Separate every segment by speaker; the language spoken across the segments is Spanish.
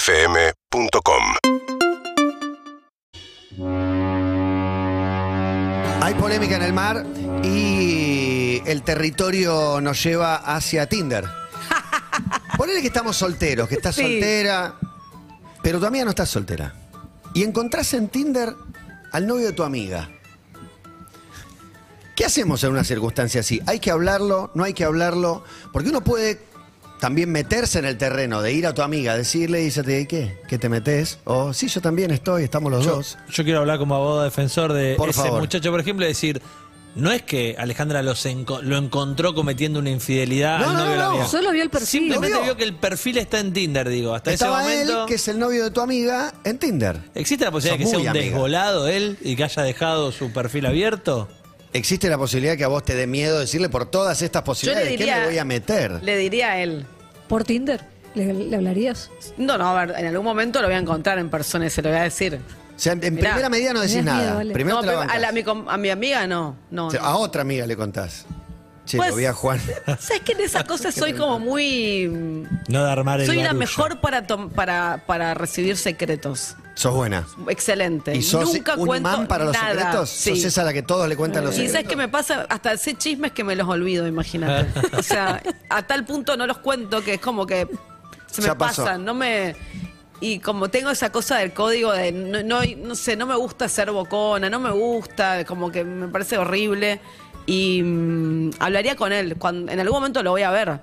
Speaker 1: UrbanaPlayFM.com
Speaker 2: Hay polémica en el mar y el territorio nos lleva hacia Tinder. Ponele que estamos solteros, que estás
Speaker 3: Sí.
Speaker 2: soltera, pero tu amiga no está soltera. Y encontrás en Tinder al novio de tu amiga. ¿Qué hacemos en una circunstancia así? ¿Hay que hablarlo? ¿No hay que hablarlo? Porque uno puede también meterse en el terreno de ir a tu amiga, decirle, y te ¿qué? ¿Que te metes? O, sí, yo también estoy, estamos los dos.
Speaker 4: Yo quiero hablar como abogado defensor de
Speaker 2: Por
Speaker 4: ese
Speaker 2: favor.
Speaker 4: muchacho, por ejemplo, y decir, no es que Alejandra los enco- lo encontró cometiendo una infidelidad
Speaker 2: No,
Speaker 4: al
Speaker 2: no,
Speaker 4: novio
Speaker 2: no,
Speaker 4: de la
Speaker 2: no.
Speaker 4: amiga.
Speaker 3: Solo vio el perfil.
Speaker 4: Simplemente
Speaker 2: Lo vio.
Speaker 4: vio que el perfil está en Tinder, digo, hasta
Speaker 2: Estaba
Speaker 4: ese momento.
Speaker 2: él, que es el novio de tu amiga, en Tinder.
Speaker 4: ¿Existe la posibilidad de
Speaker 2: Sos
Speaker 4: que sea
Speaker 2: muy
Speaker 4: un
Speaker 2: amiga.
Speaker 4: desgolado él y que haya dejado su perfil abierto?
Speaker 2: ¿Existe la posibilidad que a vos te dé miedo decirle por todas estas
Speaker 5: Yo le
Speaker 2: posibilidades que
Speaker 5: diría.
Speaker 2: me voy a meter?
Speaker 5: Le diría a él.
Speaker 3: ¿Por Tinder? ¿Le, le hablarías?
Speaker 5: No, no, a ver, en algún momento lo voy a encontrar en persona y se lo voy a decir.
Speaker 2: O sea, en en
Speaker 5: Mirá,
Speaker 2: primera medida no
Speaker 3: me
Speaker 2: decís
Speaker 3: das miedo,
Speaker 2: nada.
Speaker 3: Ale.
Speaker 2: Primero
Speaker 5: No,
Speaker 2: te la
Speaker 5: pero a,
Speaker 2: bancas.
Speaker 5: la- a mi, com- a mi amiga no. no,
Speaker 2: O sea,
Speaker 5: no.
Speaker 2: a otra amiga le contás. Che,
Speaker 5: Pues-
Speaker 2: lo vi a Juan.
Speaker 5: ¿Sabes que en esas cosas soy como muy. mm,
Speaker 4: No de armar el
Speaker 5: Soy la
Speaker 4: barullo.
Speaker 5: mejor para, tom- para, para recibir secretos.
Speaker 2: Sos buena.
Speaker 5: Excelente.
Speaker 2: ¿Y sos
Speaker 5: Nunca
Speaker 2: un
Speaker 5: cuento
Speaker 2: imán para los
Speaker 5: nada.
Speaker 2: secretos?
Speaker 5: Sí.
Speaker 2: ¿Sos esa a la que todos le cuentan los
Speaker 5: Y sabes
Speaker 2: secretos?
Speaker 5: que me pasa, hasta sé chismes que me los olvido, imagínate. O sea, a tal punto no los cuento que es como que se me
Speaker 2: Ya pasó.
Speaker 5: pasan, no me. Y como tengo esa cosa del código de no, no, no sé, no me gusta ser bocona, no me gusta, como que me parece horrible. Y mm, hablaría con él, cuando, en algún momento lo voy a ver.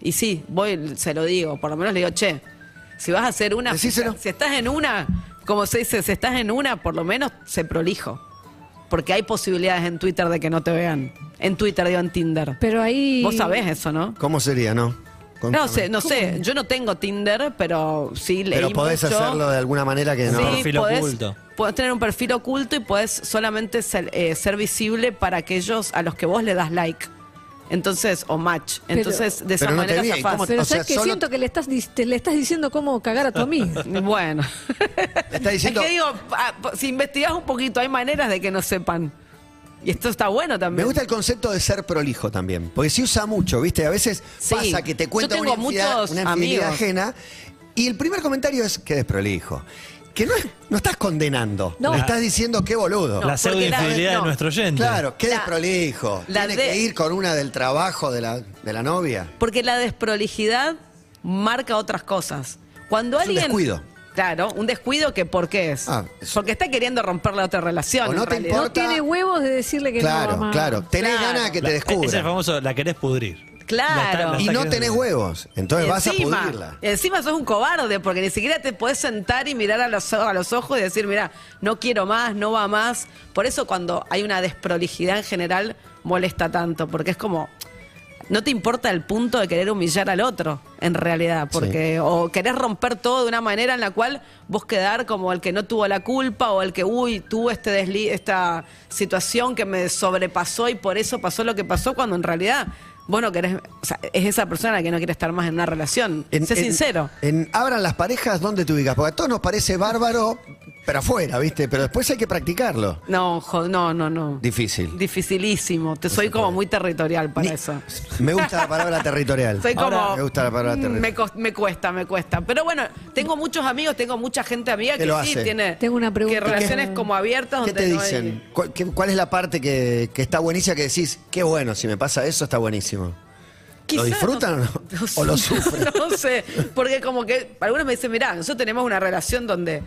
Speaker 5: Y sí, voy, se lo digo, por lo menos le digo, che, si vas a hacer una,
Speaker 2: Decíselo.
Speaker 5: si estás en una, como se dice, si estás en una, por lo menos se prolijo. Porque hay posibilidades en Twitter de que no te vean. En Twitter, digo, en Tinder.
Speaker 3: Pero ahí...
Speaker 5: Vos sabés eso, ¿no?
Speaker 2: ¿Cómo sería, no? Contame.
Speaker 5: No sé, no sé. Yo no tengo Tinder, pero sí leí
Speaker 2: Pero podés
Speaker 5: mucho.
Speaker 2: hacerlo de alguna manera que no.
Speaker 5: Sí,
Speaker 4: perfil
Speaker 5: podés,
Speaker 4: oculto.
Speaker 5: podés tener un perfil oculto y podés solamente ser, eh, ser visible para aquellos a los que vos le das like. Entonces, o match.
Speaker 3: Pero-
Speaker 5: Entonces, de esa
Speaker 2: Pero no te
Speaker 5: manera
Speaker 2: vi,
Speaker 5: zafás.
Speaker 2: ¿cómo
Speaker 3: Pero
Speaker 2: O sea,
Speaker 3: sabes que
Speaker 2: solo-
Speaker 3: siento que le estás, dis- te- le estás diciendo cómo cagar a tu amiga.
Speaker 5: Bueno.
Speaker 2: Está diciendo-
Speaker 5: Es que digo, ah, po- si investigás un poquito, hay maneras de que no sepan. Y esto está bueno también.
Speaker 2: Me gusta el concepto de ser prolijo también, porque se usa mucho, ¿viste? A veces
Speaker 5: Sí.
Speaker 2: pasa que te
Speaker 5: Yo
Speaker 2: cuentan una
Speaker 5: tengo
Speaker 2: infidelidad,
Speaker 5: muchos
Speaker 2: una infidelidad
Speaker 5: amigos.
Speaker 2: ajena y el primer comentario es que desprolijo. Que no, es- no estás condenando,
Speaker 3: No.
Speaker 2: le estás diciendo qué boludo.
Speaker 4: La
Speaker 5: No,
Speaker 4: pseudo
Speaker 5: porque la-
Speaker 4: infidelidad
Speaker 5: no.
Speaker 4: de nuestro oyente.
Speaker 2: Claro, qué
Speaker 5: La-
Speaker 2: desprolijo.
Speaker 5: la
Speaker 2: Tiene
Speaker 5: de-
Speaker 2: que ir con una del trabajo de la, de la novia.
Speaker 5: Porque la desprolijidad marca otras cosas. Cuando
Speaker 2: Es un
Speaker 5: alguien.
Speaker 2: descuido.
Speaker 5: Claro, un descuido que por qué es.
Speaker 2: Ah, es-
Speaker 5: Porque está queriendo romper la otra relación.
Speaker 2: O no
Speaker 5: en
Speaker 2: te
Speaker 5: realidad.
Speaker 2: importa.
Speaker 3: No tiene huevos de decirle que
Speaker 2: claro,
Speaker 3: no, mamá.
Speaker 2: claro. Tenés
Speaker 5: Claro.
Speaker 2: ganas de que te
Speaker 4: La- Ese es el
Speaker 2: descubran.
Speaker 4: famoso, la querés pudrir.
Speaker 5: Claro.
Speaker 4: La está-
Speaker 2: Y
Speaker 4: la está
Speaker 2: no
Speaker 4: queriendo-
Speaker 2: tenés huevos, entonces vas a pudrirla.
Speaker 5: encima sos un cobarde porque ni siquiera te podés sentar y mirar a los, a los ojos y decir, mira, no quiero más, no va más. Por eso cuando hay una desprolijidad en general molesta tanto, porque es como, no te importa el punto de querer humillar al otro, en realidad, porque o querés romper todo de una manera en la cual vos quedar como el que no tuvo la culpa o el que, uy, tuvo este desli esta situación que me sobrepasó y por eso pasó lo que pasó, cuando en realidad vos no querés, o sea, es esa persona la que no quiere estar más en una relación.
Speaker 2: En-
Speaker 5: sé
Speaker 2: en-
Speaker 5: sincero.
Speaker 2: En Abran las parejas, ¿dónde te ubicas? Porque a todos nos parece bárbaro, pero afuera, ¿viste? Pero después hay que practicarlo.
Speaker 5: No, jo- no, no, no.
Speaker 2: Difícil.
Speaker 5: Dificilísimo. Te soy como muy territorial para
Speaker 2: Ni-
Speaker 5: eso.
Speaker 2: Me gusta la palabra territorial.
Speaker 5: Soy como.
Speaker 2: Me gusta la palabra
Speaker 5: Mm,
Speaker 2: territorial.
Speaker 5: Me, cos- me cuesta, me cuesta. Pero bueno, tengo muchos amigos, tengo mucha gente amiga
Speaker 2: Que
Speaker 5: que,
Speaker 2: lo
Speaker 5: sí
Speaker 2: hace.
Speaker 5: tiene.
Speaker 3: Tengo una pregunta.
Speaker 5: Que relaciones como abiertas
Speaker 2: ¿Qué
Speaker 5: donde
Speaker 2: te
Speaker 5: no hay-
Speaker 2: dicen? ¿Cuál, qué- cuál es la parte que, que está buenísima que decís, qué bueno, si me pasa eso está buenísimo?
Speaker 5: Quizá
Speaker 2: disfrutan o no? ¿O lo sufren?
Speaker 5: No sé, porque como que algunos me dicen, mirá, nosotros tenemos una relación donde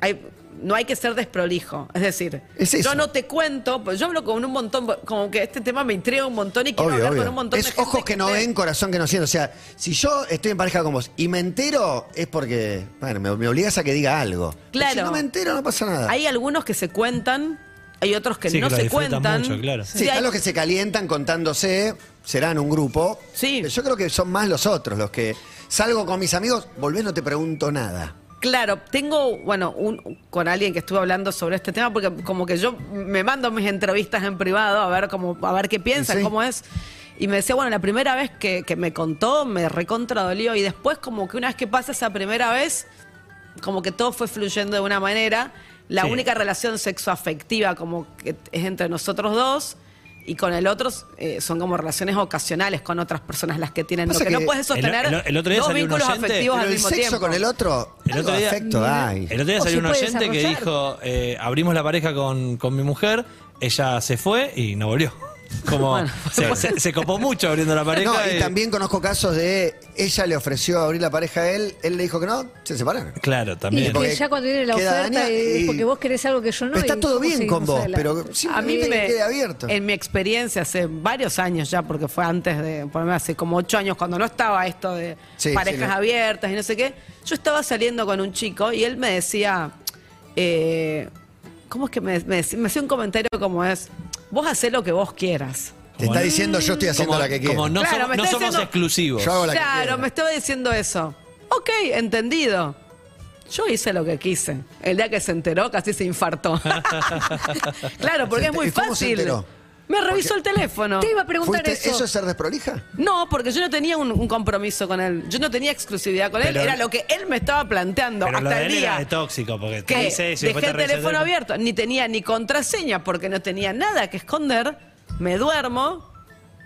Speaker 5: hay, no hay que ser desprolijo. Es decir,
Speaker 2: Es eso.
Speaker 5: yo no te cuento, pues yo hablo con un montón, como que este tema me intriga un montón y quiero
Speaker 2: Obvio,
Speaker 5: hablar
Speaker 2: obvio.
Speaker 5: con un montón
Speaker 2: es
Speaker 5: de gente
Speaker 2: ojos que no
Speaker 5: esté-
Speaker 2: ven, corazón que no siente. O sea, si yo estoy en pareja con vos y me entero, es porque, bueno, me, me obligas a que diga algo. Pero Si
Speaker 5: Claro.
Speaker 2: no me entero, no pasa nada.
Speaker 5: Hay algunos que se cuentan, hay otros que
Speaker 4: Sí,
Speaker 5: no
Speaker 4: que lo
Speaker 5: se
Speaker 4: disfrutan
Speaker 5: cuentan.
Speaker 4: mucho, claro.
Speaker 2: sí,
Speaker 5: Sí,
Speaker 2: están
Speaker 5: hay-
Speaker 2: los que se calientan contándose, serán un grupo.
Speaker 5: Sí.
Speaker 2: Pero yo creo que son más los otros, los que salgo con mis amigos, volvés, no te pregunto nada.
Speaker 5: Claro, tengo, bueno, un- con alguien que estuve hablando sobre este tema, porque como que yo me mando mis entrevistas en privado a ver cómo, a ver qué piensan,
Speaker 2: Sí.
Speaker 5: cómo es. Y me decía, bueno, la primera vez que, que me contó, me recontra dolió. Y después, como que una vez que pasa esa primera vez, como que todo fue fluyendo de una manera. La
Speaker 4: Sí.
Speaker 5: única relación sexoafectiva como que es entre nosotros dos. y con el otro eh, son como relaciones ocasionales con otras personas las que tienen. Lo
Speaker 2: Pasa
Speaker 5: que, no
Speaker 2: que
Speaker 5: puedes sostener
Speaker 4: el- el- el otro día
Speaker 5: dos
Speaker 4: salió un
Speaker 5: vínculos
Speaker 4: oyente-
Speaker 5: afectivos
Speaker 2: Pero
Speaker 5: al
Speaker 2: el
Speaker 5: mismo
Speaker 2: sexo
Speaker 5: tiempo.
Speaker 2: con el otro,
Speaker 4: El otro
Speaker 2: algo de
Speaker 4: día-
Speaker 2: afecto hay.
Speaker 4: El otro día
Speaker 3: O
Speaker 4: salió
Speaker 3: se
Speaker 4: un
Speaker 3: puede
Speaker 4: oyente que
Speaker 3: desarrollar.
Speaker 4: dijo, eh, abrimos la pareja con, con mi mujer, ella se fue y no volvió. Como
Speaker 5: Bueno.
Speaker 4: se, se- se copó mucho abriendo la pareja.
Speaker 2: No, y
Speaker 4: y-
Speaker 2: también conozco casos de ella le ofreció abrir la pareja a él, él le dijo que no, se separaron.
Speaker 4: Claro,
Speaker 3: Y
Speaker 4: también.
Speaker 3: es
Speaker 2: Porque
Speaker 3: que ya cuando viene la
Speaker 2: queda
Speaker 3: oferta
Speaker 2: dañada
Speaker 3: es
Speaker 2: y-
Speaker 3: porque vos querés algo que yo no.
Speaker 2: Está
Speaker 3: y
Speaker 2: todo
Speaker 3: ¿cómo
Speaker 2: bien
Speaker 3: seguimos
Speaker 2: con vos,
Speaker 3: adelante?
Speaker 2: pero
Speaker 5: A mí
Speaker 2: Simplemente
Speaker 5: me
Speaker 2: quede abierto.
Speaker 5: En mi experiencia hace varios años ya, porque fue antes de, por lo menos hace como ocho años, cuando no estaba esto de
Speaker 2: Sí,
Speaker 5: parejas
Speaker 2: sí, no.
Speaker 5: abiertas y no sé qué, yo estaba saliendo con un chico y él me decía, eh, ¿cómo es que me, me decía? Me hacía un comentario como es, vos hacés lo que vos quieras.
Speaker 2: Te está diciendo yo estoy haciendo
Speaker 4: como,
Speaker 2: la que quiero.
Speaker 4: como no
Speaker 5: Claro,
Speaker 4: somos,
Speaker 5: me
Speaker 4: no
Speaker 5: está
Speaker 4: somos
Speaker 5: diciendo-
Speaker 4: exclusivos.
Speaker 2: Yo hago la que
Speaker 5: Claro,
Speaker 2: quiera.
Speaker 5: me estaba diciendo eso. Ok, entendido. Yo hice lo que quise. El día que se enteró, casi se infartó. claro, porque
Speaker 2: ¿Se
Speaker 5: es muy
Speaker 2: ente- cómo se
Speaker 5: fácil.
Speaker 2: enteró?
Speaker 5: Me revisó el teléfono.
Speaker 3: Te iba a preguntar
Speaker 2: Fuiste-
Speaker 3: eso.
Speaker 2: es ser desprolija?
Speaker 5: No, porque yo no tenía un, un compromiso con él. Yo no tenía exclusividad con él.
Speaker 4: Pero-
Speaker 5: era lo que él me estaba planteando
Speaker 4: Pero lo
Speaker 5: hasta
Speaker 4: de
Speaker 5: el
Speaker 4: él era
Speaker 5: día.
Speaker 4: de tóxico, porque te
Speaker 5: que
Speaker 4: dice eso y después
Speaker 5: dejé
Speaker 4: te
Speaker 5: el
Speaker 4: revisa
Speaker 5: teléfono abierto. Ni tenía ni contraseña porque no tenía nada que esconder. Me duermo,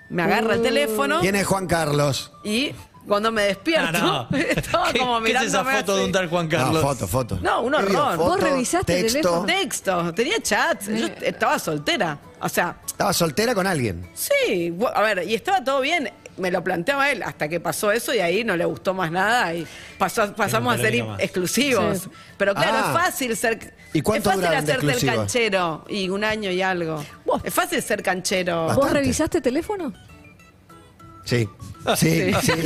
Speaker 5: me agarra
Speaker 4: Uh.
Speaker 5: el teléfono
Speaker 2: ¿Quién es Juan Carlos?
Speaker 5: y cuando me despierto
Speaker 4: Ah, no.
Speaker 5: estaba
Speaker 4: ¿Qué-
Speaker 5: como
Speaker 4: ¿Qué es esa
Speaker 5: mirándome
Speaker 4: foto de un
Speaker 5: así.
Speaker 4: tal Juan Carlos?
Speaker 2: No, foto, foto.
Speaker 5: No, un
Speaker 2: ¿Qué vio?
Speaker 5: horror.
Speaker 3: ¿Vos revistaste el
Speaker 2: texto.
Speaker 3: teléfono?
Speaker 5: Texto, tenía chat. Yo estaba soltera. O sea,
Speaker 2: Estaba soltera con alguien.
Speaker 5: Sí, bu- a ver, y estaba todo bien. Me lo planteaba él hasta que pasó eso y ahí no le gustó más nada y pasó- pasamos a ser
Speaker 4: Verónica más.
Speaker 5: exclusivos.
Speaker 3: Sí.
Speaker 5: Pero claro,
Speaker 2: Ah.
Speaker 5: es fácil ser.
Speaker 2: ¿Y cuánto
Speaker 5: es fácil
Speaker 2: duraron de
Speaker 5: hacerte el
Speaker 2: exclusiva?
Speaker 5: canchero y un año y algo. Es fácil ser canchero.
Speaker 2: Bastante.
Speaker 3: ¿Vos revisaste teléfono?
Speaker 2: Sí. Sí, sí. sí.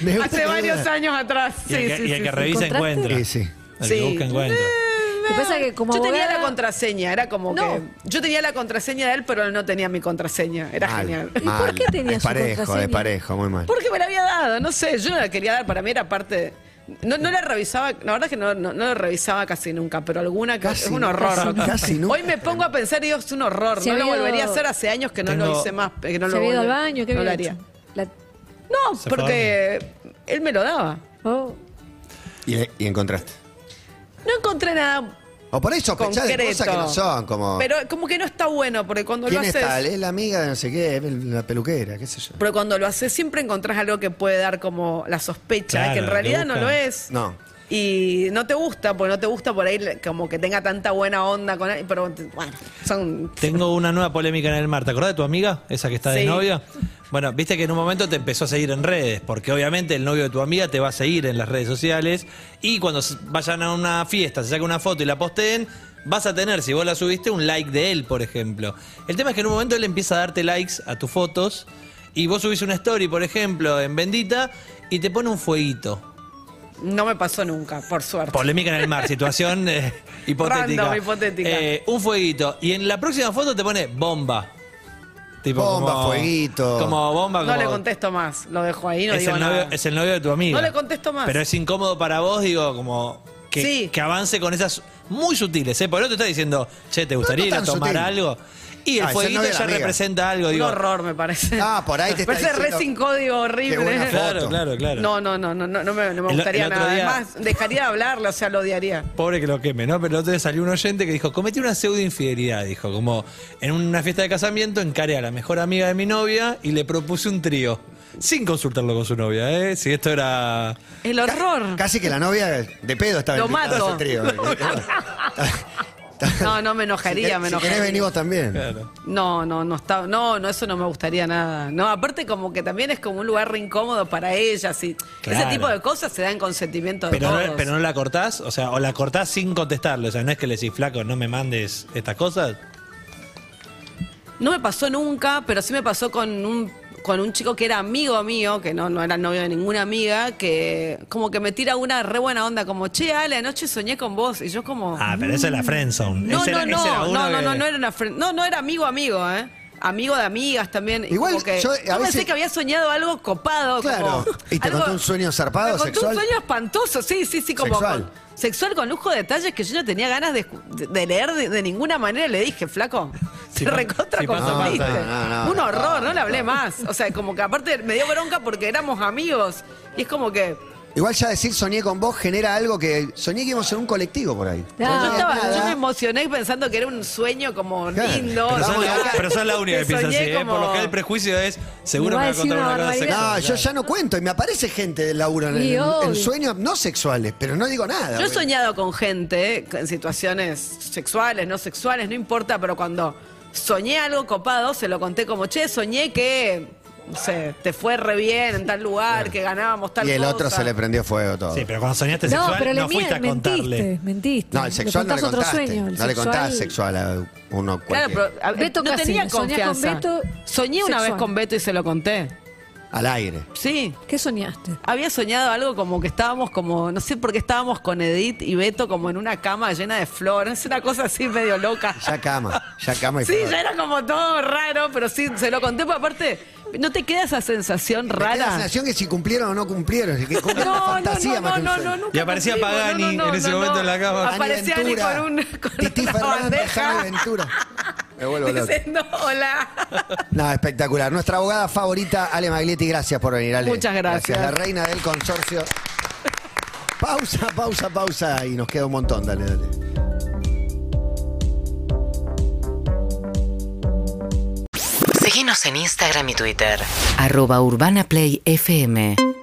Speaker 2: Me gusta
Speaker 5: Hace
Speaker 2: que-
Speaker 5: varios años atrás.
Speaker 4: Y el
Speaker 5: Sí,
Speaker 4: que,
Speaker 5: sí,
Speaker 4: y el
Speaker 5: sí,
Speaker 4: que
Speaker 5: sí.
Speaker 4: revisa
Speaker 3: ¿Encontraste?
Speaker 4: encuentra.
Speaker 2: Sí, sí.
Speaker 4: El
Speaker 5: Sí.
Speaker 4: que busca encuentra.
Speaker 3: Lo que pasa que como
Speaker 5: yo tenía
Speaker 3: abogada-
Speaker 5: la contraseña, era como
Speaker 3: No.
Speaker 5: que. Yo tenía la contraseña de él, pero él no tenía mi contraseña. Era
Speaker 2: Mal,
Speaker 5: genial.
Speaker 3: ¿Y por
Speaker 2: mal.
Speaker 3: qué tenía su
Speaker 2: Desparejo,
Speaker 3: contraseña?
Speaker 2: desparejo, muy mal.
Speaker 5: Porque me la había dado, no sé, yo no la quería dar, para mí era parte de- No, no la revisaba, la verdad es que no, no, no la revisaba casi nunca, pero alguna que
Speaker 2: Casi
Speaker 5: es un
Speaker 2: nunca,
Speaker 5: horror.
Speaker 2: casi nunca. Casi nunca.
Speaker 5: Hoy me pongo a pensar y digo, es un horror,
Speaker 3: Se
Speaker 5: no lo
Speaker 3: había ido-
Speaker 5: volvería a hacer hace años que no lo
Speaker 4: Tengo-
Speaker 5: hice más, que no
Speaker 3: se
Speaker 5: lo
Speaker 3: había ido al
Speaker 5: volvería-
Speaker 3: baño, ¿qué
Speaker 5: no lo
Speaker 3: había
Speaker 5: haría.
Speaker 3: hecho? La-
Speaker 5: No,
Speaker 4: Se fue a
Speaker 5: porque él me lo daba.
Speaker 3: oh,
Speaker 2: Y, le- y encontraste.
Speaker 5: No encontré nada
Speaker 2: O por ahí sospechás de
Speaker 5: concreto.
Speaker 2: cosas que no son, como.
Speaker 5: Pero como que no está bueno, porque cuando lo
Speaker 2: ¿Quién es
Speaker 5: haces...
Speaker 2: tal? Es la amiga de no sé qué, es la peluquera, qué sé yo.
Speaker 5: Pero cuando lo haces siempre encontrás algo que puede dar como la sospecha,
Speaker 4: Claro,
Speaker 5: que en
Speaker 4: que
Speaker 5: realidad no
Speaker 4: buscan.
Speaker 5: lo es.
Speaker 2: No.
Speaker 5: Y no te gusta, porque no te gusta por ahí le- como que tenga tanta buena onda con él, pero bueno, son...
Speaker 4: Tengo una nueva polémica en el mar. ¿Te acordás de tu amiga? Esa que está de
Speaker 5: Sí.
Speaker 4: novia. Bueno, viste que en un momento te empezó a seguir en redes, porque obviamente el novio de tu amiga te va a seguir en las redes sociales. Y cuando se- vayan a una fiesta, se saca una foto y la posteen, vas a tener, si vos la subiste, un like de él, por ejemplo. El tema es que en un momento él empieza a darte likes a tus fotos. Y vos subís una story, por ejemplo, en Bendita, y te pone un fueguito.
Speaker 5: No me pasó nunca, por suerte.
Speaker 4: Polémica en el mar, situación eh, hipotética.
Speaker 5: Random, hipotética.
Speaker 4: Eh, un fueguito. Y en la próxima foto te pone bomba. Tipo
Speaker 2: Bomba, fueguito.
Speaker 4: Como bomba.
Speaker 5: no
Speaker 4: como-
Speaker 5: le contesto más, lo dejo ahí, no
Speaker 4: es,
Speaker 5: digo
Speaker 4: el novio,
Speaker 5: nada.
Speaker 4: es el novio de tu amiga.
Speaker 5: No le contesto más.
Speaker 4: Pero es incómodo para vos, digo, como que,
Speaker 5: Sí.
Speaker 4: que avance con esas muy sutiles. ¿eh? Porque no te está diciendo, che, ¿te gustaría
Speaker 2: no
Speaker 4: ir a
Speaker 2: tan
Speaker 4: tomar
Speaker 2: sutil.
Speaker 4: algo? Y el
Speaker 2: Ah, es el
Speaker 4: fueguito
Speaker 2: novio de la
Speaker 4: ya
Speaker 2: amiga.
Speaker 4: representa algo,
Speaker 5: Un
Speaker 4: digo.
Speaker 5: horror, me parece.
Speaker 2: Ah, por ahí te está
Speaker 5: Parece re
Speaker 2: diciendo-
Speaker 5: sin código horrible.
Speaker 2: Qué buena foto.
Speaker 4: Claro, claro, claro.
Speaker 5: No, no, no, no, no, no me, no me
Speaker 4: El-
Speaker 5: gustaría
Speaker 4: el otro
Speaker 5: nada.
Speaker 4: día-
Speaker 5: Además, dejaría de hablarle, o sea, lo odiaría.
Speaker 4: Pobre que lo queme, ¿no? Pero el otro día salió un oyente que dijo, cometí una pseudo infidelidad, dijo, como en una fiesta de casamiento encaré a la mejor amiga de mi novia y le propuse un trío, sin consultarlo con su novia, ¿eh? Si esto era...
Speaker 5: El horror.
Speaker 2: Casi que la novia de pedo estaba
Speaker 5: Lo
Speaker 2: invitada a
Speaker 5: mato.
Speaker 2: ese trío.
Speaker 5: No, no, me enojaría,
Speaker 2: Si querés-
Speaker 5: me
Speaker 2: si
Speaker 5: enojaría.
Speaker 2: querés venir vos también.
Speaker 5: No, no, no está, no, no, eso no me gustaría nada. No, aparte como que también es como un lugar re incómodo para ellas y
Speaker 4: Claro.
Speaker 5: ese tipo de cosas se dan consentimiento de
Speaker 4: Pero
Speaker 5: todos.
Speaker 4: no, pero no la cortás, o sea, o la cortás sin contestarlo, o sea, no es que le decís, flaco, no me mandes estas cosas.
Speaker 5: No me pasó nunca, pero sí me pasó con un con un chico que era amigo mío, que no, no era novio de ninguna amiga, que como que me tira una re buena onda, como, che, Ale, anoche soñé con vos. Y yo como,
Speaker 4: Ah, pero esa es la friendzone.
Speaker 5: no,
Speaker 4: Ese
Speaker 5: no,
Speaker 4: era- ese era
Speaker 5: no,
Speaker 4: uno
Speaker 5: no, no,
Speaker 4: que-
Speaker 5: no, no era una fren- no, no era amigo amigo, ¿eh? Amigo de amigas también. Y
Speaker 2: Igual,
Speaker 5: como que,
Speaker 2: yo
Speaker 5: yo,
Speaker 2: a veces-
Speaker 5: pensé que había soñado algo copado.
Speaker 2: Claro.
Speaker 5: como-
Speaker 2: ¿Y te
Speaker 5: algo-
Speaker 2: contó un sueño zarpado,
Speaker 5: Me contó
Speaker 2: sexual?
Speaker 5: un sueño espantoso, sí, sí, sí, como
Speaker 2: Sexual.
Speaker 5: con- sexual con lujo de detalles que yo no tenía ganas de, de leer de, de ninguna manera. Le dije, flaco,
Speaker 4: Sí,
Speaker 5: se
Speaker 4: pa-
Speaker 5: recontra
Speaker 4: sí, pasa,
Speaker 5: confundiste.
Speaker 2: pasa. No, no, no,
Speaker 5: un horror,
Speaker 2: no,
Speaker 5: no, le hablé más. O sea, como que aparte me dio bronca porque éramos amigos. Y es como que.
Speaker 2: Igual ya decir soñé con vos genera algo que soñé que íbamos en un colectivo por ahí.
Speaker 5: Yo,
Speaker 3: Ah,
Speaker 5: estaba- yo
Speaker 2: nada.
Speaker 5: me emocioné pensando que era un sueño como
Speaker 2: Claro.
Speaker 5: lindo.
Speaker 4: Pero sos,
Speaker 5: Vamos,
Speaker 4: la,
Speaker 5: acá.
Speaker 4: pero sos la única que piensa así,
Speaker 5: Soñé
Speaker 4: ¿eh? Por lo
Speaker 5: como-
Speaker 4: general el prejuicio es, seguro
Speaker 3: Me va a
Speaker 4: me va a
Speaker 3: decir
Speaker 4: contar una
Speaker 3: una
Speaker 4: cosa
Speaker 3: barbaridad.
Speaker 4: sexual.
Speaker 2: No, yo
Speaker 4: Claro.
Speaker 2: ya no cuento y me aparece gente del laburo en,
Speaker 3: Y
Speaker 2: en- en
Speaker 3: obvio.
Speaker 2: sueños no sexuales, pero no digo nada.
Speaker 5: Yo he
Speaker 2: porque-
Speaker 5: soñado con gente eh, en situaciones sexuales, no sexuales, no importa, pero cuando soñé algo copado, se lo conté como, che, soñé que, no sé, te fue re bien en tal lugar, que ganábamos tal
Speaker 2: Y el otro
Speaker 5: cosa.
Speaker 2: se le prendió fuego todo.
Speaker 4: Sí, pero cuando soñaste
Speaker 3: No,
Speaker 4: sexual
Speaker 3: pero le
Speaker 4: no fuiste a
Speaker 3: mien-
Speaker 4: contarle.
Speaker 3: mentiste, mentiste.
Speaker 2: No, el sexual no le
Speaker 3: contás
Speaker 2: contaste.
Speaker 3: Otro sueño.
Speaker 2: no
Speaker 3: el
Speaker 2: le contás sexual a uno
Speaker 5: Claro,
Speaker 2: cualquiera.
Speaker 5: pero a-
Speaker 3: Beto
Speaker 5: no
Speaker 3: Casini,
Speaker 5: tenía
Speaker 3: soñás con
Speaker 5: confianza.
Speaker 3: Beto
Speaker 5: Soñé una vez
Speaker 3: sexual.
Speaker 5: con Beto y se lo conté.
Speaker 2: Al aire.
Speaker 5: Sí.
Speaker 3: ¿Qué soñaste?
Speaker 5: Había soñado algo como que estábamos como, no sé por qué estábamos con Edith y Beto como en una cama llena de flores, una cosa así medio loca.
Speaker 2: Ya cama, ya cama y
Speaker 5: Sí,
Speaker 2: flor.
Speaker 5: ya era como todo raro, pero sí, se lo conté, porque aparte, ¿no te queda esa sensación
Speaker 2: Me queda la
Speaker 5: rara?
Speaker 2: sensación que si cumplieron o no cumplieron, que cumplen una
Speaker 5: No, no,
Speaker 2: fantasía
Speaker 5: no,
Speaker 2: más
Speaker 5: no,
Speaker 2: que un
Speaker 5: no,
Speaker 2: sueño.
Speaker 5: no, nunca
Speaker 4: Y aparecía
Speaker 5: cumplimos,
Speaker 4: Pagani
Speaker 5: no, no, no,
Speaker 4: en ese
Speaker 5: no,
Speaker 4: momento
Speaker 5: no.
Speaker 4: en la cama.
Speaker 2: Ani
Speaker 5: Aparecía Ani
Speaker 2: Ventura,
Speaker 5: con, un, con
Speaker 2: Titi
Speaker 5: una
Speaker 2: Fernández,
Speaker 5: bandeja.
Speaker 2: Jane Ventura. Me vuelvo loco.
Speaker 5: Diciendo, hola.
Speaker 2: No, espectacular. Nuestra abogada favorita, Ale Maglietti, gracias por venir, Ale.
Speaker 5: Muchas gracias.
Speaker 2: La reina del consorcio. Pausa, pausa, pausa. Y nos queda un montón, dale, dale.
Speaker 6: Seguinos en Instagram y Twitter. Arroba Urbana Play FM